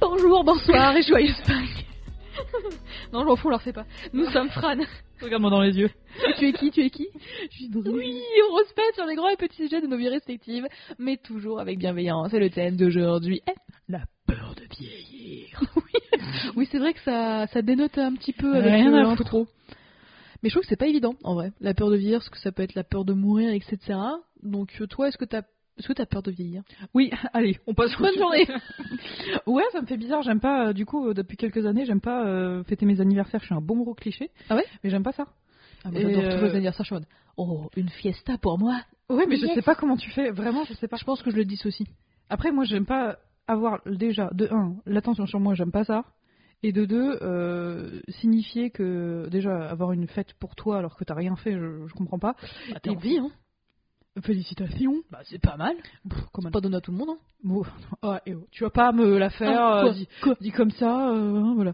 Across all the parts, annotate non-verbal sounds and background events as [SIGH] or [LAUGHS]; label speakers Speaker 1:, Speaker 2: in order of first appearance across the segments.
Speaker 1: Bonjour, bonsoir et joyeuse Pâques. [LAUGHS] non, je m'en fous, on leur fait pas. Nous sommes Fran.
Speaker 2: Regarde-moi dans les yeux.
Speaker 1: [LAUGHS] tu es qui Tu es qui
Speaker 2: Je suis drôle.
Speaker 1: Oui, on respecte sur les grands et petits sujets de nos vies respectives, mais toujours avec bienveillance. Et le thème d'aujourd'hui est
Speaker 2: La peur de vieillir.
Speaker 1: Oui, c'est vrai que ça, ça dénote un petit peu avec
Speaker 2: Rien
Speaker 1: le
Speaker 2: à
Speaker 1: intro.
Speaker 2: foutre.
Speaker 1: Mais je trouve que c'est pas évident, en vrai. La peur de vieillir, parce que ça peut être la peur de mourir, etc. Donc, euh, toi, est-ce que t'as est-ce que t'as peur de vieillir
Speaker 2: Oui, [LAUGHS] allez, on passe. au
Speaker 1: Bonne
Speaker 2: sujet.
Speaker 1: journée
Speaker 2: Ouais, ça me fait bizarre. J'aime pas. euh, du coup, euh, depuis quelques années, j'aime pas euh, fêter mes anniversaires. Je suis un bon gros cliché.
Speaker 1: Ah ouais
Speaker 2: Mais j'aime pas ça.
Speaker 1: ah,
Speaker 2: moi,
Speaker 1: J'adore
Speaker 2: j'adore toujours
Speaker 1: toujours
Speaker 2: les
Speaker 1: les anniversaires, je Oh, une fiesta pour moi
Speaker 2: Ouais, mais
Speaker 1: Yes.
Speaker 2: je sais pas comment tu fais. Vraiment, je sais pas.
Speaker 1: Je pense que je le dissocie.
Speaker 2: Après, moi, j'aime pas avoir déjà de un l'attention sur moi. J'aime pas ça. Et de deux, euh, signifier que déjà avoir une fête pour toi alors que t'as rien fait, je, je comprends pas.
Speaker 1: Bah,
Speaker 2: t'es en
Speaker 1: vie, hein
Speaker 2: Félicitations.
Speaker 1: Bah, c'est pas mal.
Speaker 2: Pff, comment-
Speaker 1: Pas donné à tout le monde, hein
Speaker 2: Bon, [LAUGHS] ah, eh oh, tu vas pas me la faire
Speaker 1: Ah, quoi,
Speaker 2: euh, dit, dit comme ça, euh, hein, voilà.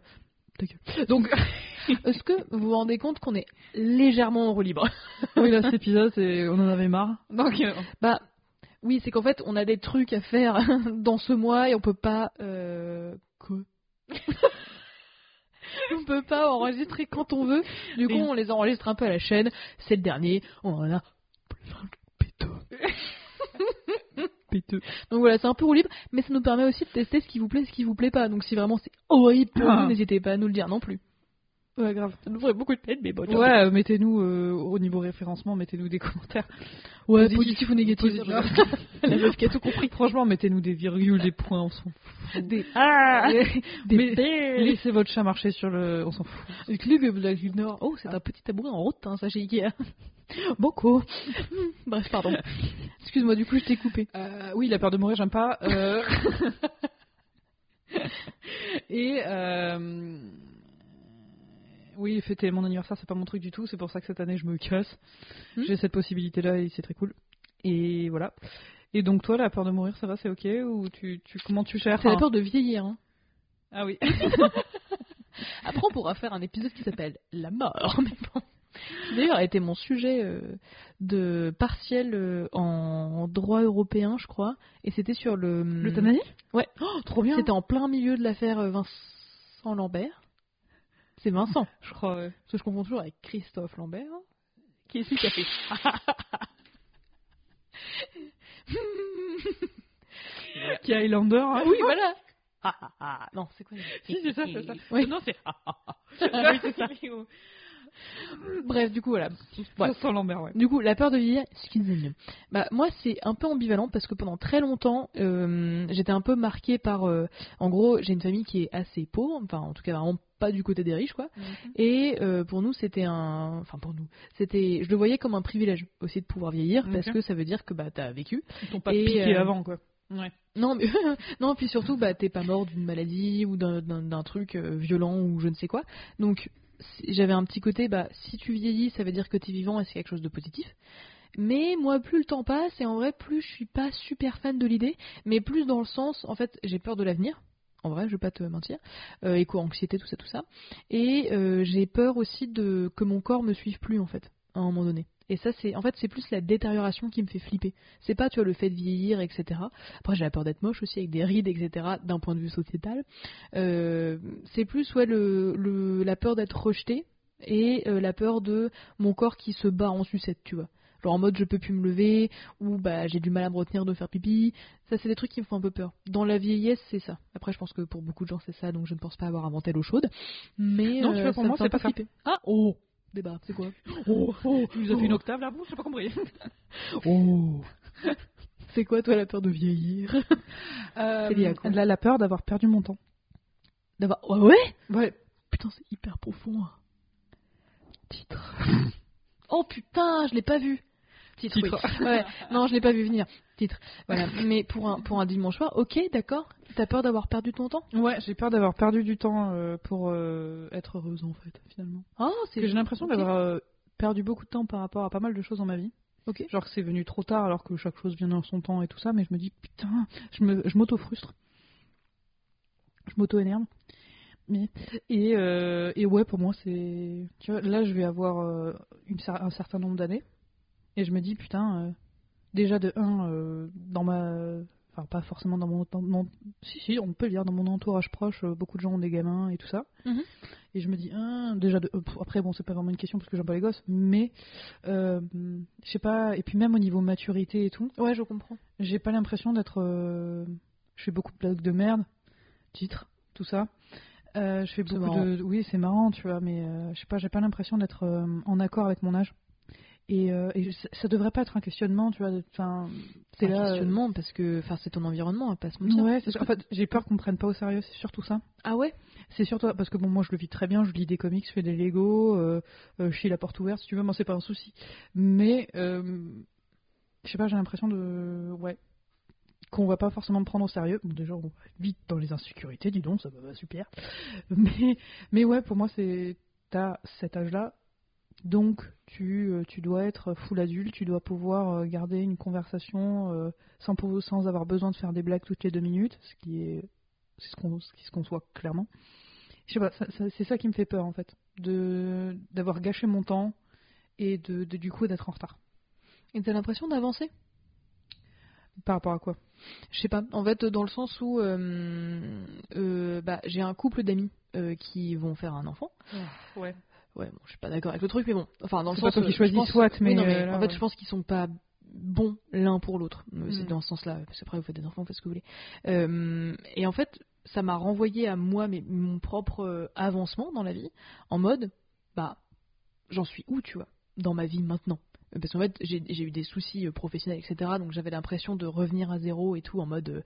Speaker 2: Ta gueule. Donc,
Speaker 1: [LAUGHS] Est-ce que vous vous rendez compte qu'on est légèrement en roue libre
Speaker 2: oui, là, cet épisode, c'est- on en avait marre.
Speaker 1: Donc, Bah, oui, c'est qu'en fait, on a des trucs à faire [LAUGHS] dans ce mois et on peut pas. euh, Quoi [LAUGHS] On peut pas enregistrer quand on veut. Du coup,
Speaker 2: Oui.
Speaker 1: on les enregistre un peu à la chaîne. C'est le dernier. Oh On en a. [LAUGHS]
Speaker 2: péteux. péteux.
Speaker 1: Donc voilà, c'est un peu roue libre, mais ça nous permet aussi de tester ce qui vous plaît, ce qui vous plaît pas. Donc si vraiment c'est horrible pour
Speaker 2: Ah.
Speaker 1: vous, n'hésitez pas à nous le dire non plus.
Speaker 2: Ouais, grave.
Speaker 1: Ça nous ferait beaucoup de peine, mais bon. tiens.
Speaker 2: Ouais, euh, mettez-nous, euh, au niveau référencement, mettez-nous des [LAUGHS] commentaires.
Speaker 1: Ouais,
Speaker 2: positif,
Speaker 1: positif, ou négatif.
Speaker 2: positif. [LAUGHS]
Speaker 1: La meuf qui a tout compris.
Speaker 2: Franchement, mettez-nous des virgules, des points, on s'en fout.
Speaker 1: Des,
Speaker 2: Ah [LAUGHS]
Speaker 1: des
Speaker 2: Mais-
Speaker 1: belles.
Speaker 2: Laissez votre chat marcher sur le... On s'en fout.
Speaker 1: Le club de la Lune Nord. Oh, c'est un petit tabouret en route, hein, ça chez Ikea. Beaucoup. Bref, [LAUGHS] pardon. Excuse-moi, du coup, je t'ai coupé.
Speaker 2: Euh, oui, la peur de mourir, j'aime pas. euh. [LAUGHS] Et euh, oui, fêter mon anniversaire, c'est pas mon truc du tout. C'est pour ça que cette année, je me casse.
Speaker 1: Hmm.
Speaker 2: J'ai cette possibilité-là et c'est très cool. Et voilà. Et donc toi, la peur de mourir, ça va, c'est ok ou tu, tu comment tu gères
Speaker 1: C'est la
Speaker 2: hein
Speaker 1: peur de vieillir. hein. [LAUGHS]
Speaker 2: Ah oui.
Speaker 1: Après, on pourra faire un épisode qui s'appelle La mort. [LAUGHS] Mais bon. D'ailleurs, a été mon sujet euh, de partiel euh, en droit européen, je crois. Et c'était sur le.
Speaker 2: L'euthanasie
Speaker 1: Ouais.
Speaker 2: Oh, trop bien.
Speaker 1: C'était en plein milieu de l'affaire euh, Vincent Lambert. C'est Vincent.
Speaker 2: Je crois. ouais.
Speaker 1: Parce que je confonds toujours avec Christophe Lambert. hein. Qui est celui qui a fait
Speaker 2: Qui est Highlander hein
Speaker 1: Ah [LAUGHS] Oui, voilà. Non, c'est quoi
Speaker 2: Si, c'est ça, c'est ça.
Speaker 1: Oui.
Speaker 2: Non, c'est.
Speaker 1: [LAUGHS] oui, [LAUGHS] c'est ça. Bref, du coup, voilà. Ouais.
Speaker 2: Vincent Lambert, ouais.
Speaker 1: Du coup, la peur de vieillir, excusez-moi. Bah, moi, c'est un peu ambivalent parce que pendant très longtemps, euh, j'étais un peu marquée par. euh, en gros, j'ai une famille qui est assez pauvre, enfin, en tout cas, vraiment pas du côté des riches, quoi. Et euh, pour nous, c'était un. Enfin, pour nous, c'était. Je le voyais comme un privilège aussi de pouvoir vieillir parce
Speaker 2: Ok.
Speaker 1: que ça veut dire que bah, t'as vécu.
Speaker 2: Ils t'ont pas
Speaker 1: Et,
Speaker 2: piqué
Speaker 1: euh,
Speaker 2: avant, quoi. Ouais.
Speaker 1: Non, mais [LAUGHS] non, puis surtout, bah, t'es pas mort d'une maladie ou d'un- d'un d'un truc euh, violent ou je ne sais quoi. Donc, c'est- j'avais un petit côté, bah, si tu vieillis, ça veut dire que t'es vivant et c'est quelque chose de positif. Mais moi, plus le temps passe, et en vrai, plus je suis pas super fan de l'idée, mais plus dans le sens, en fait, j'ai peur de l'avenir. En vrai, je vais pas te mentir. Euh, Éco-anxiété, tout ça, tout ça. Et euh, j'ai peur aussi de que mon corps me suive plus, en fait, à un moment donné. Et ça, c'est en fait, c'est plus la détérioration qui me fait flipper. C'est pas, tu vois, le fait de vieillir, etc. Après, j'ai la peur d'être moche aussi, avec des rides, etc., d'un point de vue sociétal. Euh, c'est plus ouais, le, le- la peur d'être rejeté et euh, la peur de mon corps qui se bat en sucette, tu vois. Genre en mode je peux plus me lever, ou bah j'ai du mal à me retenir de faire pipi. Ça, c'est des trucs qui me font un peu peur. Dans la vieillesse, c'est ça. Après, je pense que pour beaucoup de gens, c'est ça, donc je ne pense pas avoir inventé l'eau chaude. Mais
Speaker 2: Non, tu
Speaker 1: euh,
Speaker 2: vois,
Speaker 1: ça
Speaker 2: pour moi,
Speaker 1: me fait
Speaker 2: c'est
Speaker 1: un peu
Speaker 2: pas ça.
Speaker 1: flipper. Ah, oh Débat, c'est quoi
Speaker 2: Oh, oh, tu nous as fait une
Speaker 1: oh.
Speaker 2: octave là, bon, j'ai pas compris.
Speaker 1: Oh [LAUGHS] C'est quoi, toi, la peur de [LAUGHS] vieillir
Speaker 2: Euh,
Speaker 1: C'est lié à quoi
Speaker 2: la, la peur d'avoir perdu mon temps.
Speaker 1: D'avoir. Ouais, ouais
Speaker 2: Ouais.
Speaker 1: Putain, c'est hyper profond. hein. Titre. [LAUGHS] oh putain, je l'ai pas vu. Titre. oui.
Speaker 2: Titre.
Speaker 1: Ouais. Non, je l'ai pas vu venir. Titre. Voilà. [LAUGHS] Mais pour un pour un dimanche soir, ok, d'accord. T'as peur d'avoir perdu ton temps
Speaker 2: Ouais, j'ai peur d'avoir perdu du temps euh, pour euh, être heureuse en fait, finalement.
Speaker 1: Oh,
Speaker 2: Parce que j'ai l'impression
Speaker 1: ok.
Speaker 2: d'avoir euh, perdu beaucoup de temps par rapport à pas mal de choses dans ma vie.
Speaker 1: Ok.
Speaker 2: Genre que c'est venu trop tard alors que chaque chose vient en son temps et tout ça, mais je me dis putain, je me- je m'auto-frustre. Je m'auto-énerve. Mais, et, euh, et ouais, pour moi, c'est. Tu vois, là, je vais avoir euh, une cer- un certain nombre d'années. Et je me dis, putain, euh, déjà de 1, euh, dans ma. enfin, enfin pas forcément dans mon, dans mon- si si on peut le dire dans mon entourage proche euh, beaucoup de gens ont des gamins et tout ça
Speaker 1: Mhm.
Speaker 2: et je me dis Ah, déjà de- euh, pff, après bon c'est pas vraiment une question parce que j'aime pas les gosses mais euh, je sais pas et puis même au niveau maturité et tout
Speaker 1: Ouais, je comprends.
Speaker 2: j'ai pas l'impression d'être euh, je fais beaucoup de blagues de merde titres tout ça Euh, je fais
Speaker 1: C'est
Speaker 2: beaucoup de oui c'est marrant tu vois mais euh, je sais pas j'ai pas l'impression d'être euh, en accord avec mon âge et, euh, et ça, ça devrait pas être un questionnement tu vois de- enfin
Speaker 1: C'est
Speaker 2: t'es là,
Speaker 1: un
Speaker 2: euh,
Speaker 1: questionnement parce que, enfin, c'est ton environnement, hein, pas se mentir.
Speaker 2: Ouais, c'est sûr. En fait, j'ai peur qu'on me prenne pas au sérieux, c'est surtout ça.
Speaker 1: Ah ouais
Speaker 2: C'est surtout parce que bon, moi je le vis très bien, je lis des comics, je fais des Lego, euh, euh, je suis la porte ouverte, si tu veux, moi c'est pas un souci. Mais euh, je sais pas, j'ai l'impression de ouais qu'on va pas forcément me prendre au sérieux. Bon, déjà on va vite dans les insécurités, dis donc, ça va pas super. [LAUGHS] Mais mais ouais, pour moi c'est t'as cet âge-là. Donc, tu, euh, tu dois être full adulte, tu dois pouvoir euh, garder une conversation euh, sans, pou- sans avoir besoin de faire des blagues toutes les deux minutes, ce qui est c'est ce qu'on ce qui se conçoit clairement. Je sais pas, ça- ça- c'est ça qui me fait peur en fait, de d'avoir gâché mon temps et de, de- du coup d'être en retard.
Speaker 1: Et t'as l'impression d'avancer
Speaker 2: Par rapport à quoi
Speaker 1: Je sais pas. En fait, dans le sens où euh, euh, bah, j'ai un couple d'amis euh, qui vont faire un enfant.
Speaker 2: Ouais.
Speaker 1: Ouais, bon, je suis pas d'accord avec le truc, mais bon. Enfin, dans le
Speaker 2: C'est pas
Speaker 1: sens
Speaker 2: toi qui
Speaker 1: euh, je
Speaker 2: choisis,
Speaker 1: pense-
Speaker 2: soit,
Speaker 1: oui,
Speaker 2: mais,
Speaker 1: non,
Speaker 2: euh, là,
Speaker 1: en fait,
Speaker 2: ouais.
Speaker 1: je pense qu'ils sont pas bons l'un pour l'autre. Euh, C'est
Speaker 2: Mm.
Speaker 1: dans ce sens-là. Parce que après, vous faites des enfants, vous faites ce que vous voulez. Euh, et en fait, ça m'a renvoyé à moi mais mon propre euh, avancement dans la vie, en mode, bah, j'en suis où, tu vois, dans ma vie maintenant. Euh, Parce qu'en fait, j'ai j'ai eu des soucis euh, professionnels, etc. Donc j'avais l'impression de revenir à zéro et tout, en mode, euh,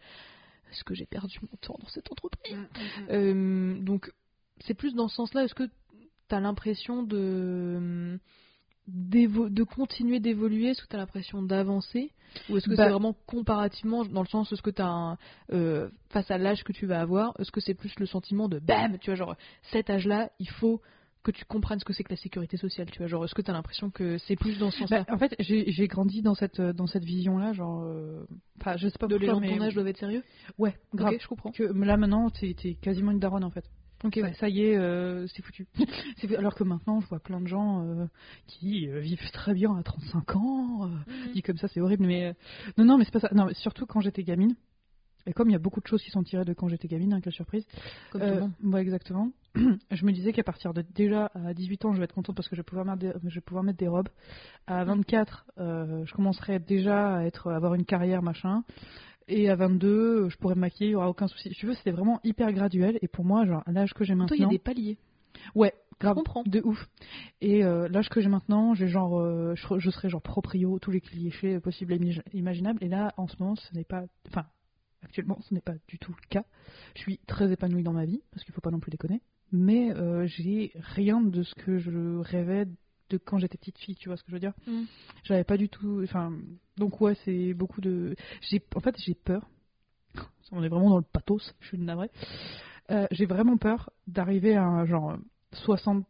Speaker 1: est-ce que j'ai perdu mon temps dans cette entreprise euh, donc, c'est plus dans ce sens-là. Est-ce que tu as l'impression de, d'évo- de continuer d'évoluer Est-ce que tu as l'impression d'avancer Ou est-ce que
Speaker 2: Bah-
Speaker 1: c'est vraiment comparativement, dans le sens, est-ce que tu as face à l'âge que tu vas avoir, est-ce que c'est plus le sentiment de bam Tu vois, genre, cet âge-là, il faut que tu comprennes ce que c'est que la sécurité sociale. Tu vois, genre, est-ce que tu as l'impression que c'est plus dans ce sens-là
Speaker 2: Bah, en fait, j'ai j'ai grandi dans cette euh, dans cette vision là, genre, euh, enfin, je sais pas
Speaker 1: De les
Speaker 2: pourquoi,
Speaker 1: gens de
Speaker 2: mais-
Speaker 1: ton âge doivent être sérieux
Speaker 2: ouais, grave.
Speaker 1: Ok, je comprends.
Speaker 2: Que là maintenant, t'es t'es quasiment une daronne en fait.
Speaker 1: Ok,
Speaker 2: Ça- Ça y est, euh, c'est foutu. [LAUGHS] C'est fou- Alors que maintenant, je vois plein de gens euh, qui euh, vivent très bien à 35 ans. euh, dit comme ça, c'est horrible. Mais euh, non, non, mais c'est pas ça. Non, mais surtout quand j'étais gamine. Et comme il y a beaucoup de choses qui sont tirées de quand j'étais gamine, hein, quelle surprise.
Speaker 1: Comme tout
Speaker 2: Euh,
Speaker 1: le monde.
Speaker 2: ouais, exactement. [CLEARS THROAT] je me disais qu'à partir de déjà à 18 ans, je vais être contente parce que je vais pouvoir mettre des, je vais pouvoir mettre des robes. À 24, euh, je commencerai déjà à être, à avoir une carrière, machin. Et à 22, je pourrais me maquiller, il n'y aura aucun souci. Si tu veux, c'était vraiment hyper graduel. Et pour moi, genre, l'âge que j'ai
Speaker 1: Toi,
Speaker 2: maintenant.
Speaker 1: il y a des paliers.
Speaker 2: Ouais, grave.
Speaker 1: comprends.
Speaker 2: De ouf. Et euh, l'âge que j'ai maintenant, j'ai genre, euh, je, je serais genre proprio, tous les clichés possibles et imag- imaginables. Et là, en ce moment, ce n'est pas, enfin, actuellement, ce n'est pas du tout le cas. Je suis très épanouie dans ma vie, parce qu'il faut pas non plus déconner. Mais euh, j'ai rien de ce que je rêvais de quand j'étais petite fille, tu vois ce que je veux dire
Speaker 1: Mm.
Speaker 2: J'avais pas du tout, enfin, donc ouais, c'est beaucoup de, j'ai, en fait, j'ai peur. On est vraiment dans le pathos, je suis navrée. Euh, j'ai vraiment peur d'arriver à un genre 70,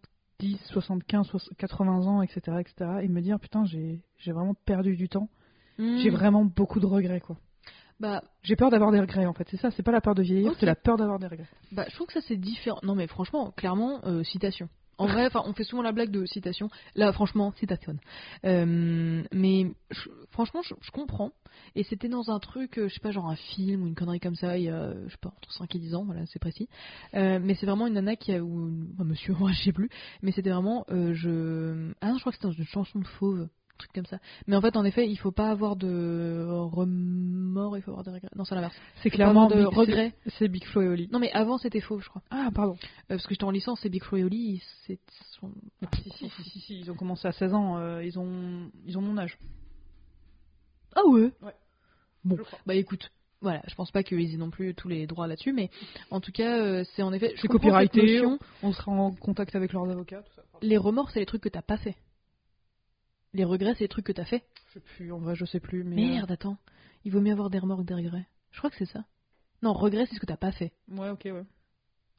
Speaker 2: 75, 60, 80 ans, etc., etc., et me dire putain, j'ai j'ai vraiment perdu du temps, j'ai
Speaker 1: Mm.
Speaker 2: vraiment beaucoup de regrets, quoi.
Speaker 1: Bah,
Speaker 2: J'ai peur d'avoir des regrets, en fait, c'est ça, c'est pas la peur de vieillir,
Speaker 1: Ok.
Speaker 2: c'est la peur d'avoir des regrets.
Speaker 1: Bah, je trouve que ça c'est différent. Non mais franchement, clairement, euh, citation. En vrai, enfin, on fait souvent la blague de citation. Là, franchement, citation. Euh, mais je- franchement, je, je comprends. Et c'était dans un truc, euh, je sais pas, genre un film ou une connerie comme ça, il y a, euh, je sais pas, entre 5 et 10 ans, voilà, c'est précis. Euh, mais c'est vraiment une nana qui a, ou une- un monsieur, [LAUGHS] moi, je sais plus. Mais c'était vraiment, euh, je. Ah non, je crois que c'était dans une chanson de fauve, un truc comme ça. Mais en fait, en effet, il faut pas avoir de remords, il faut avoir des regrets. Non, c'est l'inverse.
Speaker 2: C'est
Speaker 1: Clairement,
Speaker 2: clairement
Speaker 1: de
Speaker 2: Big- c'est-
Speaker 1: regrets.
Speaker 2: C'est Big Flo et Oli.
Speaker 1: Non, mais avant, c'était fauve, je crois.
Speaker 2: Ah, pardon.
Speaker 1: Euh, parce que j'étais en licence et Big Flo et Oli, ils- c'est son.
Speaker 2: Ah, Si, si, si, si, si, ils ont commencé à 16 ans, euh, ils, ont, ils ont mon âge.
Speaker 1: Ah ouais
Speaker 2: Bon,
Speaker 1: Bah écoute, voilà, je pense pas qu'ils aient non plus tous les droits là-dessus, mais en tout cas, euh, c'est en effet. Je
Speaker 2: C'est
Speaker 1: comprends cette
Speaker 2: copyrighté.
Speaker 1: notion.
Speaker 2: on sera en contact avec leurs avocats, tout ça. Pardon.
Speaker 1: Les remords, c'est les trucs que t'as pas fait. Les regrets, c'est les trucs que t'as fait.
Speaker 2: Je sais plus, en vrai, je sais plus, mais. euh,
Speaker 1: Merde, attends. Il vaut mieux avoir des remords que des regrets. Je crois que c'est ça. Non, regret, c'est ce que t'as pas fait.
Speaker 2: euh, Ouais, ok, ouais.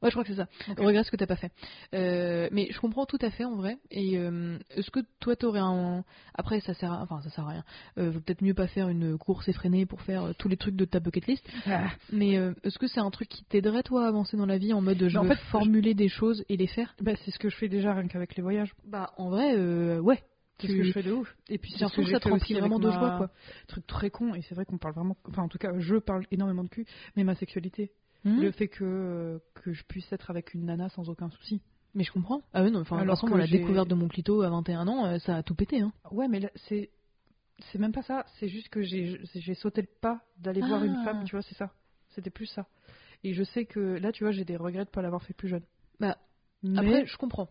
Speaker 1: Ouais, je crois que c'est ça.
Speaker 2: Ok.
Speaker 1: Regret, ce que t'as pas fait. Euh, mais je comprends tout à fait en vrai. Et euh, est-ce que toi, t'aurais un. Après, ça sert à... Enfin, ça sert à rien. Euh, vaut peut-être mieux pas faire une course effrénée pour faire euh, tous les trucs de ta bucket list.
Speaker 2: Ah.
Speaker 1: Mais euh, est-ce que c'est un truc qui t'aiderait toi à avancer dans la vie en mode je
Speaker 2: Mais en
Speaker 1: veux
Speaker 2: fait,
Speaker 1: formuler des choses et les faire
Speaker 2: Bah, c'est ce que je fais déjà rien qu'avec les voyages.
Speaker 1: Bah en vrai euh, ouais.
Speaker 2: C'est
Speaker 1: Tu-
Speaker 2: ce que je fais de ouf. Et puis
Speaker 1: J'ai
Speaker 2: c'est
Speaker 1: l'impression
Speaker 2: ce
Speaker 1: que ça
Speaker 2: j'ai
Speaker 1: te
Speaker 2: fait
Speaker 1: remplit
Speaker 2: aussi avec
Speaker 1: vraiment de joie,
Speaker 2: ma-
Speaker 1: quoi.
Speaker 2: Truc très con, et c'est vrai qu'on parle vraiment. Enfin, en tout cas, je parle énormément de cul, mais ma sexualité.
Speaker 1: Hmm Mmh.
Speaker 2: Le fait que, euh, que je puisse être avec une nana sans aucun souci.
Speaker 1: Mais je comprends. Ah ouais, non, enfin,
Speaker 2: Alors
Speaker 1: Alors
Speaker 2: que
Speaker 1: moi, la
Speaker 2: j'ai-
Speaker 1: découverte de mon clito à 21 ans, euh, ça a tout pété. Hein.
Speaker 2: Ouais, mais là, c'est. C'est même pas ça, c'est juste que j'ai j'ai sauté le pas d'aller voir une
Speaker 1: Ah.
Speaker 2: femme, tu vois, c'est ça. C'était plus ça. Et je sais que là, tu vois, j'ai des regrets de pas l'avoir fait plus jeune.
Speaker 1: Bah,
Speaker 2: mais
Speaker 1: Après, je comprends.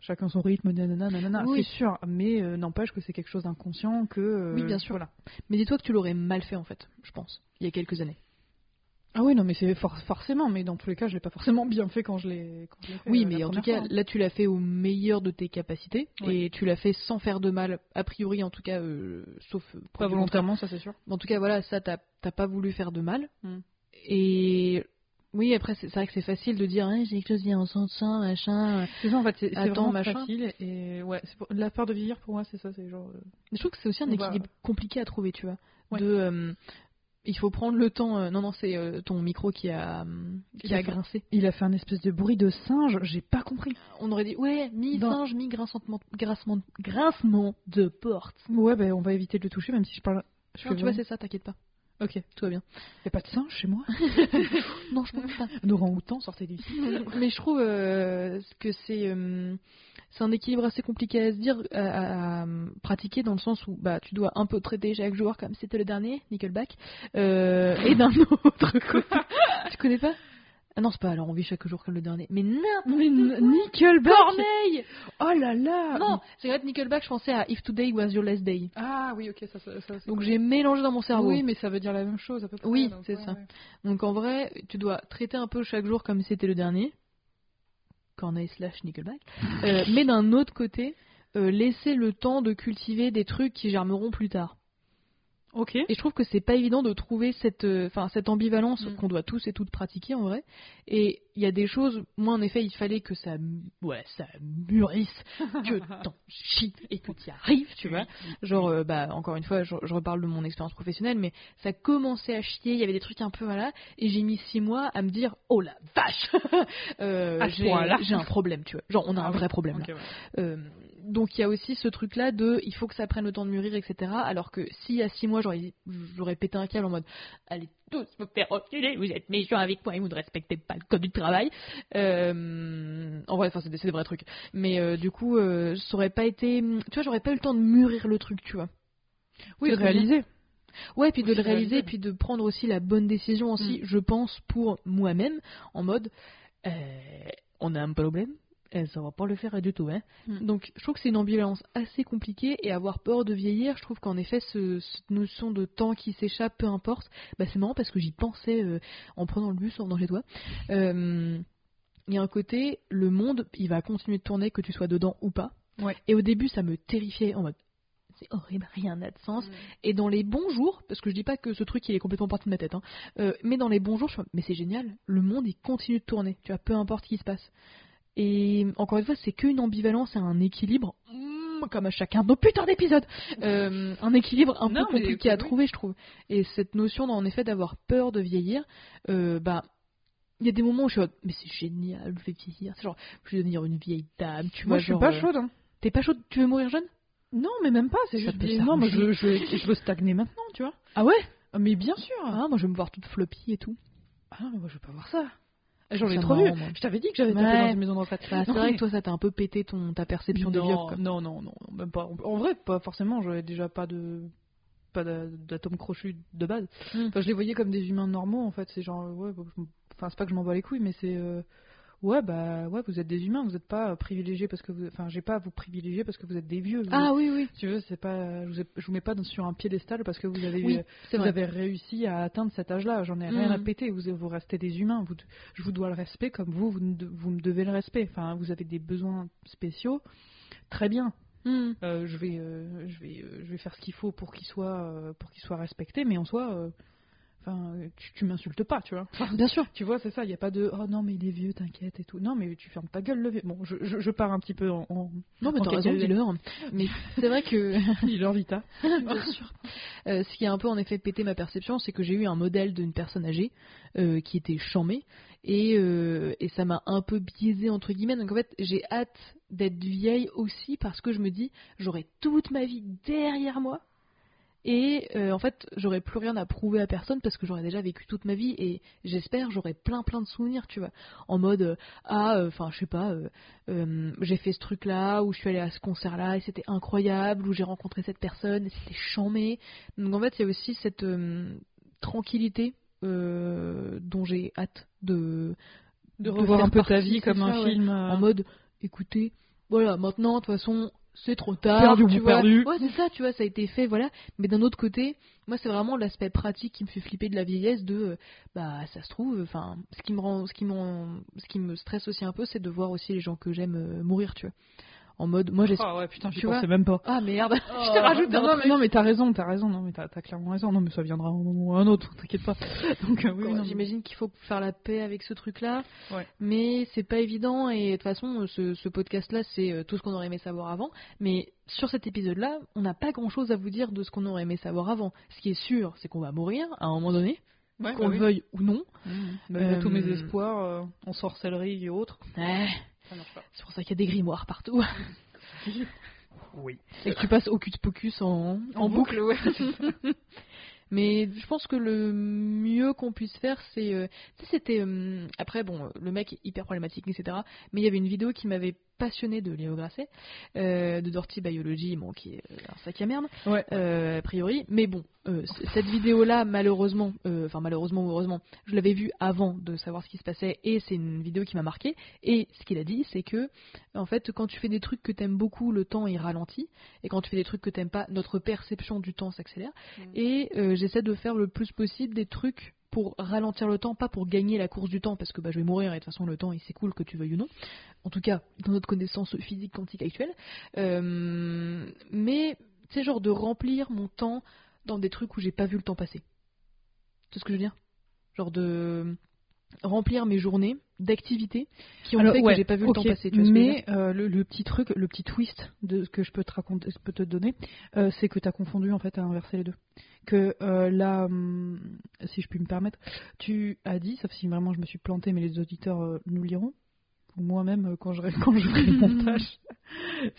Speaker 2: chacun son rythme, nanana, nanana,
Speaker 1: Oui.
Speaker 2: c'est sûr. Mais euh, n'empêche que c'est quelque chose d'inconscient que. euh,
Speaker 1: Oui, bien sûr.
Speaker 2: Voilà.
Speaker 1: Mais dis-toi que tu l'aurais mal fait, en fait, je pense, il y a quelques années.
Speaker 2: Ah oui, non, mais c'est for- forcément, mais dans tous les cas, je l'ai pas forcément bien fait quand je l'ai quand je l'ai fait,
Speaker 1: Oui,
Speaker 2: euh,
Speaker 1: mais
Speaker 2: la
Speaker 1: en tout
Speaker 2: première
Speaker 1: cas,
Speaker 2: fois.
Speaker 1: là, tu l'as fait au meilleur de tes capacités
Speaker 2: Ouais.
Speaker 1: et tu l'as fait sans faire de mal, a priori, en tout cas, euh, sauf. euh,
Speaker 2: Pas
Speaker 1: produit
Speaker 2: volontairement, ça c'est sûr.
Speaker 1: contraire. En tout cas, voilà, ça, t'as t'as pas voulu faire de mal.
Speaker 2: Mm.
Speaker 1: Et oui, après, c'est c'est vrai que c'est facile de dire, Hein, j'ai quelque chose qui est en sang de sein, machin.
Speaker 2: C'est ça, en fait, c'est c'est
Speaker 1: Attends,
Speaker 2: vraiment
Speaker 1: machin.
Speaker 2: facile. Et ouais, c'est pour- la peur de vieillir, pour moi, c'est ça, c'est genre. euh,
Speaker 1: Je trouve que c'est aussi un
Speaker 2: On va-
Speaker 1: équilibre compliqué à trouver, tu vois.
Speaker 2: bah, Ouais.
Speaker 1: De, euh, il faut prendre le temps. euh, non, non, c'est euh, ton micro qui a, euh, qui
Speaker 2: Il
Speaker 1: a
Speaker 2: a fait-
Speaker 1: grincé.
Speaker 2: Il a fait un espèce de bruit de singe, j'ai pas compris.
Speaker 1: On aurait dit, ouais,
Speaker 2: Dans-
Speaker 1: mi-singe, mi-grincement grincement- grincement de porte.
Speaker 2: Ouais, ben on va éviter de le toucher, même si je parle. Je
Speaker 1: Non,
Speaker 2: fais
Speaker 1: tu vois,
Speaker 2: vraiment-
Speaker 1: c'est ça, t'inquiète pas,
Speaker 2: Ok.
Speaker 1: tout va bien.
Speaker 2: Y a pas de singe chez moi
Speaker 1: Non, je pense pas.
Speaker 2: Un orang-outan, sortez d'ici.
Speaker 1: [LAUGHS] Mais je trouve euh, que c'est euh, c'est un équilibre assez compliqué à se dire, à, à- à pratiquer dans le sens où bah tu dois un peu traiter chaque joueur comme c'était le dernier, Nickelback, euh, et [LAUGHS] d'un autre côté. tu connais pas Ah non, c'est pas alors on vit chaque jour comme le dernier. Mais n'importe
Speaker 2: Mais
Speaker 1: quoi.
Speaker 2: Nickelback
Speaker 1: Corneille
Speaker 2: Oh là là
Speaker 1: Non, c'est vrai que Nickelback, je pensais à If Today Was Your Last Day.
Speaker 2: Ah oui, ok, ça, ça, ça c'est
Speaker 1: Donc
Speaker 2: cool.
Speaker 1: j'ai mélangé dans mon cerveau.
Speaker 2: Oui, mais ça veut dire la même chose à peu près.
Speaker 1: Oui,
Speaker 2: donc,
Speaker 1: c'est
Speaker 2: ouais,
Speaker 1: ça.
Speaker 2: ouais.
Speaker 1: Donc en vrai, tu dois traiter un peu chaque jour comme si c'était le dernier, Corneille slash Nickelback, Euh, mais d'un autre côté, euh, laisser le temps de cultiver des trucs qui germeront plus tard.
Speaker 2: Ok.
Speaker 1: Et je trouve que c'est pas évident de trouver cette, euh, enfin cette ambivalence
Speaker 2: Mm.
Speaker 1: qu'on doit tous et toutes pratiquer en vrai. Et il y a des choses, moi en effet, il fallait que ça, ouais, ça
Speaker 2: [LAUGHS]
Speaker 1: mûrisse, que t'en chies et que t'y arrives, tu vois. Genre, euh, bah, encore une fois, je, je reparle de mon expérience professionnelle, mais ça commençait à chier, il y avait des trucs un peu, voilà, et j'ai mis six mois à me dire, oh la vache [LAUGHS] Euh,
Speaker 2: À ce
Speaker 1: j'ai,
Speaker 2: point-là.
Speaker 1: j'ai un problème, tu vois. Genre, on a
Speaker 2: Ah
Speaker 1: un
Speaker 2: oui.
Speaker 1: vrai problème. là.
Speaker 2: Ok, ouais.
Speaker 1: Euh, donc, il y a aussi ce truc-là de, il faut que ça prenne le temps de mûrir, etc. Alors que si à six mois, j'aurais, j'aurais pété un câble en mode, allez tous vous faire reculer, vous êtes méchants avec moi et vous ne respectez pas le code du travail. Euh, en vrai, enfin, c'est des, c'est des vrais trucs. Mais euh, du coup, euh, ça aurait pas été, tu vois, j'aurais pas eu le temps de mûrir le truc, tu vois.
Speaker 2: Oui,
Speaker 1: C'est
Speaker 2: réalisé.
Speaker 1: Ouais, puis de
Speaker 2: Aussi
Speaker 1: le
Speaker 2: de réaliser.
Speaker 1: réaliser, puis de prendre aussi la bonne décision aussi,
Speaker 2: Mm.
Speaker 1: je pense, pour moi-même, en mode, euh, on a un problème, euh, ça va pas le faire du tout. Hein.
Speaker 2: Mm.
Speaker 1: Donc je trouve que c'est une ambivalence assez compliquée, et avoir peur de vieillir, je trouve qu'en effet, ce, cette notion de temps qui s'échappe, peu importe, bah, c'est marrant parce que j'y pensais euh, en prenant le bus, en venant chez toi. Euh, il y a un côté, le monde, il va continuer de tourner, que tu sois dedans ou pas.
Speaker 2: Ouais.
Speaker 1: Et au début, ça me terrifiait en mode, c'est horrible, rien n'a de sens.
Speaker 2: Mmh.
Speaker 1: Et dans les bons jours, parce que je dis pas que ce truc il est complètement parti de ma tête, hein, euh, mais dans les bons jours, je suis en mode, mais c'est génial, le monde il continue de tourner, tu vois, peu importe ce qui se passe. Et encore une fois, c'est qu'une ambivalence et un équilibre, mm, comme à chacun de nos putains d'épisodes, Euh, un équilibre un
Speaker 2: Non,
Speaker 1: peu
Speaker 2: mais
Speaker 1: compliqué à
Speaker 2: oui.
Speaker 1: trouver, je trouve. Et cette notion, en effet, d'avoir peur de vieillir, euh, bah. Il y a des moments où je suis en mode, mais c'est génial, je vais vieillir. C'est genre, je vais devenir une vieille dame, tu
Speaker 2: Moi,
Speaker 1: vois.
Speaker 2: je suis
Speaker 1: genre,
Speaker 2: pas
Speaker 1: euh,
Speaker 2: chaude. hein.
Speaker 1: T'es pas chaude, tu veux mourir jeune
Speaker 2: Non, mais même pas, c'est
Speaker 1: Ça
Speaker 2: juste.
Speaker 1: peut
Speaker 2: des- Non, mais je,
Speaker 1: s'arranger.
Speaker 2: je, je veux stagner maintenant, tu vois.
Speaker 1: Ah ouais
Speaker 2: Ah, Mais bien sûr.
Speaker 1: Ah, moi je vais me voir toute floppy et tout.
Speaker 2: Ah, mais moi, je veux pas voir ça. Ah, J'en ai
Speaker 1: Ça
Speaker 2: trop
Speaker 1: me
Speaker 2: vu.
Speaker 1: rend, moi.
Speaker 2: Je t'avais dit que j'avais tapé
Speaker 1: Ouais.
Speaker 2: dans une maison de retraite.
Speaker 1: Bah, c'est
Speaker 2: Non,
Speaker 1: vrai
Speaker 2: mais-
Speaker 1: que toi, ça t'a un peu pété ton, ta perception
Speaker 2: non,
Speaker 1: du viol. quoi.
Speaker 2: Non, non, non, non, même pas. En vrai, pas forcément. J'avais déjà pas de pas d'a- d'atomes crochus de base.
Speaker 1: Mm.
Speaker 2: Enfin, je les voyais comme des humains normaux en fait. C'est genre, ouais, bah, je m- enfin, c'est pas que je m'en bats les couilles, mais c'est euh, ouais, bah ouais, vous êtes des humains, vous êtes pas euh, privilégiés parce que vous, enfin, j'ai pas à vous privilégier parce que vous êtes des vieux. Vous-
Speaker 1: Ah oui, oui,
Speaker 2: si tu veux, c'est pas, je vous, ai- je vous mets pas dans- sur un piédestal parce que vous avez eu
Speaker 1: oui, c'est
Speaker 2: vous
Speaker 1: vrai.
Speaker 2: avez réussi à atteindre cet âge-là. J'en ai rien à
Speaker 1: Mm.
Speaker 2: péter. Vous, vous restez des humains. Vous, je vous dois le respect comme vous, vous, me de- vous me devez le respect. Enfin, vous avez des besoins spéciaux. Très bien.
Speaker 1: Hmm.
Speaker 2: Euh, je vais, euh, je vais, euh, je vais faire ce qu'il faut pour qu'il soit, euh, pour qu'il soit respecté. Mais en soi, euh, Enfin, euh, tu, tu m'insultes pas, tu vois.
Speaker 1: Bien sûr.
Speaker 2: Tu vois, c'est ça, il n'y a pas de oh non, mais il est vieux, t'inquiète et tout. Non, mais tu fermes ta gueule, le vieux. Bon, je, je, je pars un petit peu en. en... [LAUGHS]
Speaker 1: Non, mais
Speaker 2: En
Speaker 1: t'as raison,
Speaker 2: cacahuète.
Speaker 1: dis-leur. Mais c'est vrai que
Speaker 2: Il est en vita.
Speaker 1: Bien sûr. Euh, ce qui a un peu en effet pété ma perception, c'est que j'ai eu un modèle d'une personne âgée euh, qui était chamée et, euh, et ça m'a un peu biaisé entre guillemets. Donc en fait, j'ai hâte d'être vieille aussi parce que je me dis j'aurai toute ma vie derrière moi et euh, en fait j'aurai plus rien à prouver à personne parce que j'aurai déjà vécu toute ma vie et j'espère j'aurai plein plein de souvenirs, tu vois. En mode euh, ah, enfin je sais pas. euh, euh, j'ai fait ce truc là ou je suis allée à ce concert là et c'était incroyable ou j'ai rencontré cette personne et c'était chambé donc en fait il y a aussi cette euh, tranquillité euh, dont j'ai hâte de
Speaker 2: De revoir
Speaker 1: faire
Speaker 2: un peu ta
Speaker 1: partie,
Speaker 2: vie
Speaker 1: c'est
Speaker 2: comme un
Speaker 1: ça, ouais.
Speaker 2: film. euh,
Speaker 1: en mode écoutez voilà maintenant de toute façon c'est trop tard
Speaker 2: Perdu,
Speaker 1: tu
Speaker 2: bon,
Speaker 1: vois.
Speaker 2: perdu.
Speaker 1: ouais c'est ça tu vois ça a été fait voilà mais d'un autre côté moi c'est vraiment l'aspect pratique qui me fait flipper de la vieillesse de euh, bah ça se trouve enfin ce qui me rend ce qui m'en- ce qui me stresse aussi un peu c'est de voir aussi les gens que j'aime euh, mourir tu vois en mode moi j'espère
Speaker 2: Ah ouais, putain, j'y
Speaker 1: Tu vois.
Speaker 2: pensais même pas.
Speaker 1: ah merde [LAUGHS] je te rajoute
Speaker 2: Oh. non,
Speaker 1: un
Speaker 2: non, mais,
Speaker 1: truc.
Speaker 2: non, mais t'as raison, t'as raison, non, mais t'as t'as clairement raison. Non, mais ça viendra à un moment ou à un autre, t'inquiète pas. [LAUGHS] Donc, euh, oui,
Speaker 1: Encore,
Speaker 2: non, mais-
Speaker 1: J'imagine qu'il faut faire la paix avec ce truc-là,
Speaker 2: Ouais.
Speaker 1: mais c'est pas évident. Et de toute façon, euh, ce, ce podcast-là, c'est euh, tout ce qu'on aurait aimé savoir avant. Mais sur cet épisode-là, on n'a pas grand-chose à vous dire de ce qu'on aurait aimé savoir avant. Ce qui est sûr, c'est qu'on va mourir à un moment donné,
Speaker 2: Ouais,
Speaker 1: qu'on
Speaker 2: bah
Speaker 1: le veuille ou non.
Speaker 2: oui. Malgré tous mes
Speaker 1: Euh,
Speaker 2: espoirs euh, en sorcellerie et autres,
Speaker 1: Ouais,
Speaker 2: ça marche pas.
Speaker 1: Eh, c'est pour ça qu'il y a des grimoires
Speaker 2: [LAUGHS]
Speaker 1: partout
Speaker 2: Oui.
Speaker 1: et que tu passes Hocus Pocus en, en,
Speaker 2: En
Speaker 1: boucle.
Speaker 2: boucle, ouais.
Speaker 1: Mais je pense que le mieux qu'on puisse faire, c'est. euh, tu sais, c'était. euh, après, bon, euh, le mec est hyper problématique, etc. Mais il y avait une vidéo qui m'avait passionné de Léo Grasset, euh, de Dirty Biology, bon, qui est euh, un sac à merde,
Speaker 2: Ouais.
Speaker 1: euh, a priori. Mais bon, euh, c- cette vidéo-là, malheureusement, euh, enfin, malheureusement ou heureusement, je l'avais vue avant de savoir ce qui se passait et c'est une vidéo qui m'a marqué. Et ce qu'il a dit, c'est que, en fait, quand tu fais des trucs que t'aimes beaucoup, le temps il ralentit. Et quand tu fais des trucs que t'aimes pas, notre perception du temps s'accélère. Et euh, j'essaie de faire le plus possible des trucs pour ralentir le temps, pas pour gagner la course du temps, parce que bah, je vais mourir et de toute façon le temps il s'écoule que tu veuilles ou non. En tout cas, dans notre connaissance physique quantique actuelle. Euh, mais c'est genre de remplir mon temps dans des trucs où j'ai pas vu le temps passer. C'est ce que je veux dire Genre de remplir mes journées d'activités qui ont
Speaker 2: Alors,
Speaker 1: fait
Speaker 2: ouais,
Speaker 1: que j'ai pas vu
Speaker 2: ok,
Speaker 1: le temps passer. Tu vois ce que je veux dire
Speaker 2: mais euh, le, le petit truc, le petit twist de ce que je peux te raconter, je peux te donner, euh, c'est que t'as confondu en fait, t'as inversé les deux. Que euh, là, hum, si je puis me permettre, tu as dit, sauf si vraiment je me suis plantée, mais les auditeurs euh, nous liront, ou moi-même euh, quand je [LAUGHS] quand je ferai le
Speaker 1: [LAUGHS]
Speaker 2: montage,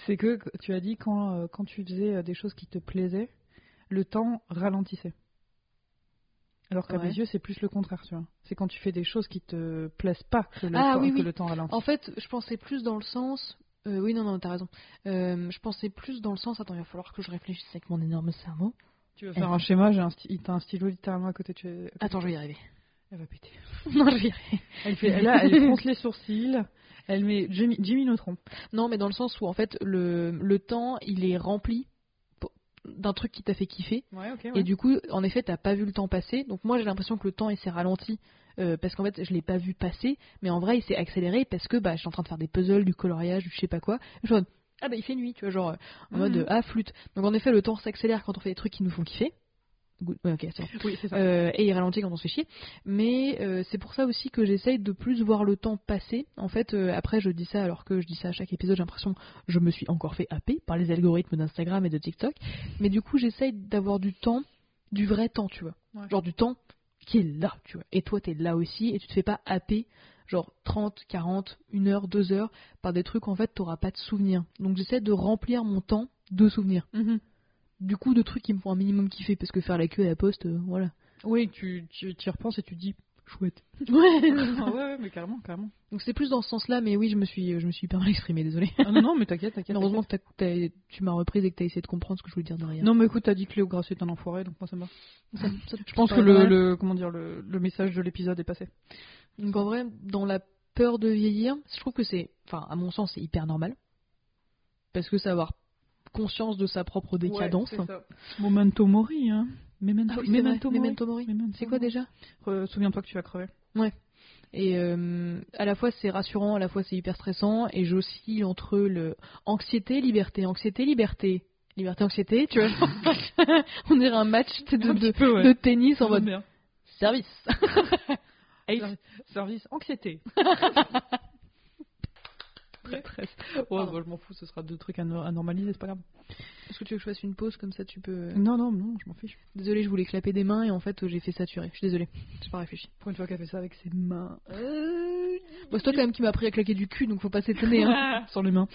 Speaker 2: c'est que tu as dit quand euh, quand tu faisais euh, des choses qui te plaisaient, le temps ralentissait. Alors qu'à
Speaker 1: Ouais.
Speaker 2: mes yeux, c'est plus le contraire, tu vois. C'est quand tu fais des choses qui te plaisent pas que le,
Speaker 1: Ah,
Speaker 2: temps,
Speaker 1: oui,
Speaker 2: que
Speaker 1: oui.
Speaker 2: le temps ralentit.
Speaker 1: En fait, je pensais plus dans le sens. euh, oui, non, non, t'as raison. Euh, je pensais plus dans le sens. Attends, il va falloir que je réfléchisse avec mon énorme cerveau.
Speaker 2: Tu veux
Speaker 1: faire
Speaker 2: faire
Speaker 1: un
Speaker 2: un schéma, j'ai un, t'as un stylo littéralement à côté de chez...
Speaker 1: Attends, je vais y arriver. [LAUGHS]
Speaker 2: Elle va péter.
Speaker 1: non, je vais y arriver.
Speaker 2: Elle fait, là, [LAUGHS] elle fronce les sourcils, elle met Jimmy, Jimmy Neutron.
Speaker 1: Non, mais dans le sens où en fait, le, le temps, il est rempli pour- d'un truc qui t'a fait kiffer.
Speaker 2: Ouais, ok,
Speaker 1: Et du coup, en effet, t'as pas vu le temps passer. Donc moi, j'ai l'impression que le temps, il s'est ralenti. euh, parce qu'en fait, je l'ai pas vu passer. Mais en vrai, il s'est accéléré parce que bah, je suis en train de faire des puzzles, du coloriage, du je sais pas quoi. Je suis en mode, ah bah, il fait nuit, tu vois, genre, euh, en
Speaker 2: Mhm.
Speaker 1: mode, ah, flûte. Donc en effet, le temps s'accélère quand on fait des trucs qui nous font kiffer. Good. Ouais, ok, c'est bon.
Speaker 2: Oui, c'est ça.
Speaker 1: Euh, et il ralentit quand on se fait chier. Mais euh, c'est pour ça aussi que j'essaye de plus voir le temps passer. En fait, euh, après, je dis ça alors que je dis ça à chaque épisode, j'ai l'impression que je me suis encore fait happer par les algorithmes d'Instagram et de TikTok. Mais du coup, j'essaye d'avoir du temps, du vrai temps, tu vois.
Speaker 2: Ouais.
Speaker 1: Genre du temps qui est là, tu vois. Et toi, t'es là aussi et tu te fais pas happer genre 30, 40, 1 heure, 2 heures par des trucs, en fait, t'auras pas de souvenirs. Donc j'essaie de remplir mon temps de souvenirs.
Speaker 2: Mhm.
Speaker 1: Du coup, de trucs qui me font un minimum kiffer parce que faire la queue à la poste, euh, voilà. [LAUGHS]
Speaker 2: [LAUGHS] Oui, tu tu- t'y repenses et tu dis, chouette.
Speaker 1: Ouais.
Speaker 2: Ah ouais, [LAUGHS] ouais, mais carrément, carrément.
Speaker 1: Donc c'est plus dans ce sens-là, mais oui, je me suis, je me suis hyper mal exprimée, [LAUGHS] désolée.
Speaker 2: Ah non, non, mais t'inquiète, t'inquiète.
Speaker 1: Heureusement que t'as- t'as- tu m'as reprise et que t'as essayé de comprendre ce que je voulais dire
Speaker 2: t'inquiète.
Speaker 1: derrière.
Speaker 2: Non, mais écoute, t'as dit que Léo Grasset est un enfoiré, donc moi ça me va.
Speaker 1: je
Speaker 2: Je pense que le, le- comment dire, le, le message de l'épisode est passé.
Speaker 1: Donc en vrai, dans la peur de vieillir, je trouve que c'est, enfin, à mon sens, c'est hyper normal. Parce que savoir conscience de sa propre décadence.
Speaker 2: Memento mori, hein. Memento,
Speaker 1: ah oui, c'est vrai,
Speaker 2: memento mori.
Speaker 1: Memento mori. C'est quoi déjà
Speaker 2: Euh, Souviens-toi que tu vas crever.
Speaker 1: Et euh, à la fois c'est rassurant, à la fois c'est hyper stressant, et j'oscille entre le anxiété, liberté, anxiété, liberté, [LAUGHS] liberté, anxiété. Tu vois, genre, on dirait un match tu sais, de, de-
Speaker 2: [LAUGHS] peu,
Speaker 1: de tennis en mode
Speaker 2: merde.
Speaker 1: Service.
Speaker 2: Ser- Service [LAUGHS] anxiété.
Speaker 1: Très, très.
Speaker 2: Ouais,
Speaker 1: Pardon.
Speaker 2: bah, je m'en fous, ce sera deux trucs à, no- à normaliser, c'est pas grave.
Speaker 1: Est-ce que tu veux que je fasse une pause comme ça tu peux.
Speaker 2: Non, non, non, je m'en fiche.
Speaker 1: Désolée, je voulais clapper des mains et en fait euh, j'ai fait saturer. Je suis désolée. J'ai pas réfléchi.
Speaker 2: Pour une fois qu'elle fait ça avec ses mains.
Speaker 1: Bon, c'est toi quand même qui m'a appris à claquer du cul donc faut pas s'étonner.
Speaker 2: [LAUGHS]
Speaker 1: hein. [LAUGHS]
Speaker 2: Sans les mains.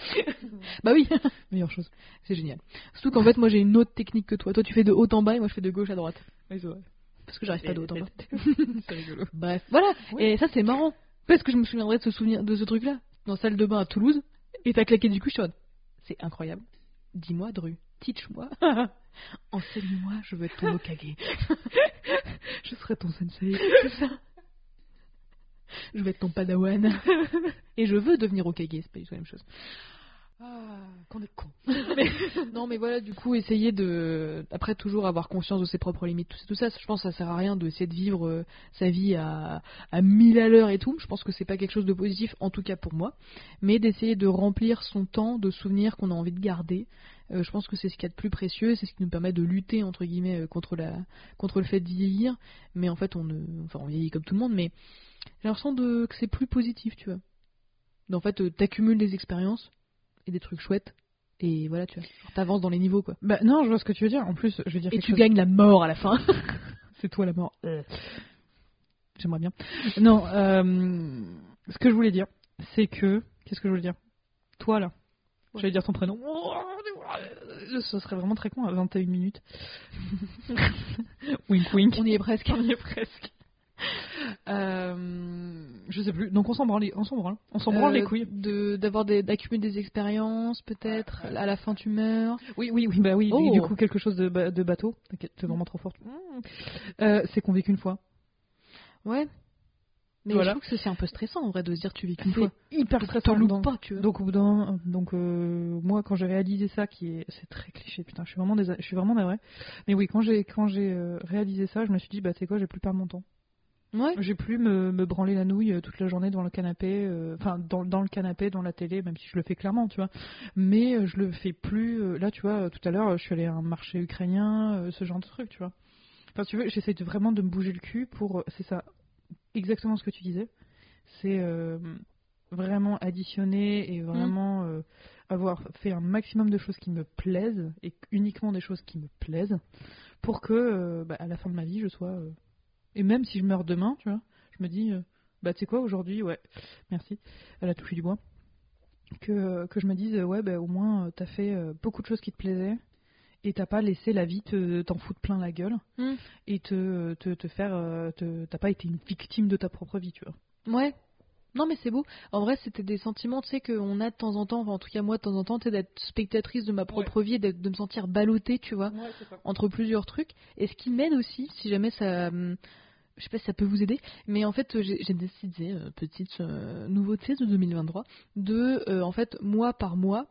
Speaker 1: bah oui. [LAUGHS]
Speaker 2: Meilleure chose.
Speaker 1: C'est génial. Surtout qu'en fait, moi j'ai une autre technique que toi. Toi, tu fais de haut en bas et moi je fais de gauche à droite.
Speaker 2: Oui,
Speaker 1: [LAUGHS]
Speaker 2: c'est vrai.
Speaker 1: Parce que j'arrive pas de haut en bas.
Speaker 2: C'est rigolo.
Speaker 1: Bref, voilà.
Speaker 2: Oui.
Speaker 1: Et ça, c'est marrant. Parce que je me souviendrai de ce souvenir, de ce truc-là. Dans la salle de bain à Toulouse, et t'as claqué du cul, je suis en mode, C'est incroyable. Dis-moi, Dru. Teach-moi. [LAUGHS] Enseigne-moi, je veux être ton [LAUGHS] Okage.
Speaker 2: Je serai ton sensei.
Speaker 1: C'est ça. Je veux être ton padawan. Et je veux devenir Okage, c'est pas du tout la même chose.
Speaker 2: Ah, qu'on est con.
Speaker 1: Non, mais voilà, du coup, essayer de. Après, toujours avoir conscience de ses propres limites, tout, ça, tout ça. Je pense que ça sert à rien d'essayer de vivre euh, sa vie à, à 1000 à l'heure et tout. Je pense que c'est pas quelque chose de positif, en tout cas pour moi. Mais d'essayer de remplir son temps de souvenirs qu'on a envie de garder. Euh, je pense que c'est ce qu'il y a de plus précieux. C'est ce qui nous permet de lutter, entre guillemets, euh, contre, la... contre le fait de vieillir. Mais en fait, on, ne- enfin, on vieillit comme tout le monde, mais j'ai l'impression de... que c'est plus positif, tu vois. En fait, euh, t'accumules des expériences et des trucs chouettes. Et voilà, tu vois. Genre, T'avances dans les niveaux, quoi.
Speaker 2: Bah, non, je vois ce que tu veux dire. En plus, je veux dire
Speaker 1: Et
Speaker 2: quelque
Speaker 1: tu
Speaker 2: chose.
Speaker 1: gagnes la mort à la fin.
Speaker 2: C'est toi la mort. Euh. J'aimerais bien. Non, euh, ce que je voulais dire, c'est que. Qu'est-ce que je voulais dire Toi là.
Speaker 1: Ouais.
Speaker 2: J'allais dire ton prénom. Ce serait vraiment très con à 21
Speaker 1: [LAUGHS]
Speaker 2: minutes. wink wink.
Speaker 1: On y est presque.
Speaker 2: [LAUGHS] On y
Speaker 1: [LAUGHS]
Speaker 2: est presque. Euh, je sais plus. Donc on s'en branle, les- on s'en branle, on s'en branle les
Speaker 1: Euh,
Speaker 2: couilles.
Speaker 1: de d'avoir des d'accumuler des expériences peut-être à la fin tu meurs
Speaker 2: Oui, oui, oui, bah oui.
Speaker 1: Oh.
Speaker 2: Et du coup quelque chose de, ba- de bateau. T'inquiète, t'es vraiment trop forte. Euh, c'est qu'on vécu une fois.
Speaker 1: ouais mais
Speaker 2: Voilà.
Speaker 1: je trouve que c'est un peu stressant en vrai de se dire tu vis qu'une
Speaker 2: C'est
Speaker 1: fois
Speaker 2: hyper
Speaker 1: Parce que
Speaker 2: stressant.
Speaker 1: t'en loupes
Speaker 2: Donc-
Speaker 1: pas tu vois
Speaker 2: Donc au bout d'un moment, donc euh, moi quand j'ai réalisé ça qui est c'est très cliché putain je suis vraiment désa- je suis vraiment navrée mais oui quand j'ai quand j'ai euh, réalisé ça je me suis dit bah c'est quoi j'ai plus perdre mon temps
Speaker 1: ouais
Speaker 2: j'ai plus me, me branler la nouille euh, toute la journée dans le canapé euh, enfin dans, dans le canapé dans la télé même si je le fais clairement tu vois mais euh, je le fais plus euh, là tu vois euh, tout à l'heure euh, je suis allée à un marché ukrainien euh, ce genre de truc tu vois enfin tu veux j'essaie de- vraiment de me bouger le cul pour euh, c'est ça exactement ce que tu disais c'est euh, vraiment additionner et vraiment euh, avoir fait un maximum de choses qui me plaisent et uniquement des choses qui me plaisent pour que euh, bah, à la fin de ma vie je sois euh, et même si je meurs demain tu vois je me dis euh, bah tu sais quoi aujourd'hui ouais merci elle a touché du bois que, euh, que je me dise euh, ouais bah, au moins euh, t'as fait euh, beaucoup de choses qui te plaisaient et t'as pas laissé la vie te- t'en foutre plein la gueule
Speaker 1: Mm.
Speaker 2: et te, te, te faire euh, te- t'as pas été une victime de ta propre vie tu vois
Speaker 1: ouais non mais c'est beau en vrai c'était des sentiments tu sais qu'on a de temps en temps enfin, en tout cas moi de temps en temps tu sais, d'être spectatrice de ma propre vie et d'être- de me sentir ballottée tu vois entre plusieurs trucs. Et ce qui m'aide aussi, si jamais ça. hum, Je sais pas si ça peut vous aider, mais en fait, j'ai j'ai décidé, euh, petite euh, nouveauté de 2023, de, euh, en fait, mois par mois,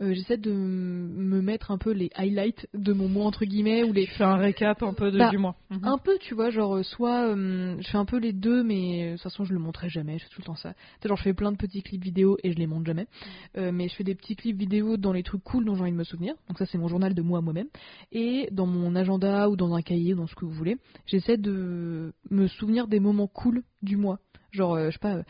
Speaker 1: euh, j'essaie de m- me mettre un peu les highlights de mon mois, entre guillemets, ou les.
Speaker 2: je fais un récap un peu de,
Speaker 1: Bah,
Speaker 2: du mois Mhm.
Speaker 1: Un peu, tu vois, genre, euh, soit hum, je fais un peu les deux, mais euh, de toute façon, je le montrerai jamais, je fais tout le temps ça. Tu sais, genre, je fais plein de petits clips vidéo et je les montre
Speaker 2: Mhm.
Speaker 1: jamais. Euh, mais je fais des petits clips vidéo dans les trucs cool dont j'ai envie de me souvenir. Donc, ça, c'est mon journal de moi à moi-même. Et dans mon agenda ou dans un cahier ou dans ce que vous voulez, j'essaie de me souvenir des moments cool du mois. Genre, euh, je sais pas,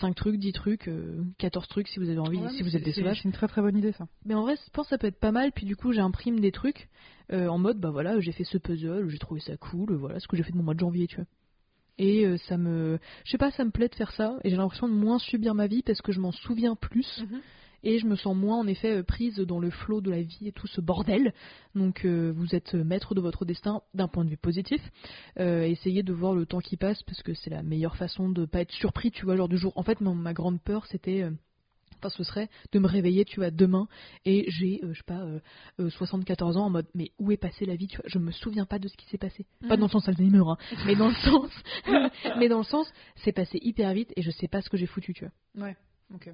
Speaker 1: 5 trucs, 10 trucs, euh, 14 trucs si vous avez envie, si vous êtes des
Speaker 2: C'est-
Speaker 1: sauvages.
Speaker 2: c'est une très très bonne idée ça
Speaker 1: Mais en vrai, je pense que ça peut être pas mal. Puis du coup, j'imprime des trucs euh, en mode, bah voilà, j'ai fait ce puzzle, j'ai trouvé ça cool, voilà ce que j'ai fait de mon mois de janvier, tu vois. Et euh, ça me. Je sais pas, ça me plaît de faire ça. Et j'ai l'impression de moins subir ma vie parce que je m'en souviens plus.
Speaker 2: Mhm.
Speaker 1: Et je me sens moins, en effet, euh, prise dans le flot de la vie et tout ce bordel. Donc euh, vous êtes euh, maître de votre destin d'un point de vue positif. Euh, essayez de voir le temps qui passe parce que c'est la meilleure façon de pas être surpris, tu vois, genre du jour. En fait, mon- ma grande peur, c'était. euh, Enfin, ce serait de me réveiller, tu vois, demain et j'ai, euh, je sais pas, euh, euh, 74 ans en mode, mais où est passée la vie tu vois Je me souviens pas de ce qui s'est passé. Pas dans le sens Alzheimer, hein, mais dans le sens, [LAUGHS] mais dans le sens, c'est passé hyper vite et je sais pas ce que j'ai foutu, tu vois.
Speaker 2: Ouais, ok.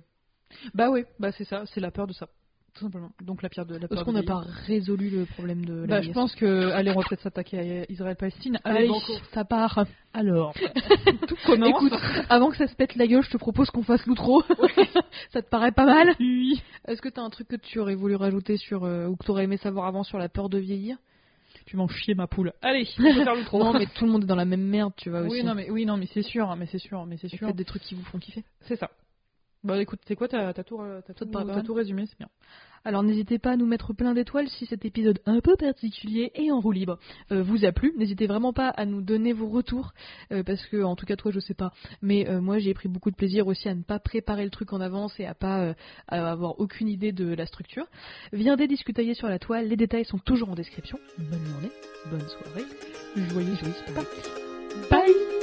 Speaker 2: Bah oui, bah c'est ça, c'est la peur de ça, tout simplement. Donc la peur de la peur.
Speaker 1: Est-ce qu'on
Speaker 2: de
Speaker 1: n'a pas
Speaker 2: vieillir.
Speaker 1: résolu le problème de la
Speaker 2: Bah je
Speaker 1: vieillesse
Speaker 2: pense que allez, on va peut-être s'attaquer à Israël-Palestine.
Speaker 1: Allez, ça part. [LAUGHS]
Speaker 2: Alors, tout commence.
Speaker 1: Écoute, avant que ça se pète la gueule, je te propose qu'on fasse l'outro. [LAUGHS] ça te paraît pas mal
Speaker 2: oui.
Speaker 1: Est-ce que t'as un truc que tu aurais voulu rajouter sur euh, ou que t'aurais aimé savoir avant sur la peur de vieillir
Speaker 2: tu m'en chier ma poule. Allez, on peut faire le
Speaker 1: [LAUGHS]
Speaker 2: Ah
Speaker 1: Non, mais tout le monde est dans la même merde, tu vois aussi.
Speaker 2: oui, non, mais, oui, non, mais c'est sûr, hein, mais c'est sûr, mais c'est
Speaker 1: Et
Speaker 2: sûr.
Speaker 1: faites des trucs qui vous font kiffer.
Speaker 2: C'est ça. Bah écoute, c'est quoi, t'as t'as tout, euh, t'as
Speaker 1: Toi,
Speaker 2: tout,
Speaker 1: t'as
Speaker 2: t'as
Speaker 1: pas
Speaker 2: tout résumé, c'est bien.
Speaker 1: Alors n'hésitez pas à nous mettre plein d'étoiles si cet épisode un peu particulier et en roue libre euh, vous a plu. N'hésitez vraiment pas à nous donner vos retours euh, parce que en tout cas toi je sais pas, mais euh, moi j'ai pris beaucoup de plaisir aussi à ne pas préparer le truc en avance et à pas euh, à avoir aucune idée de la structure. Viendez discutailler sur la toile, les détails sont toujours en description. Bonne journée, bonne soirée, joyeux joyeux pas. Bye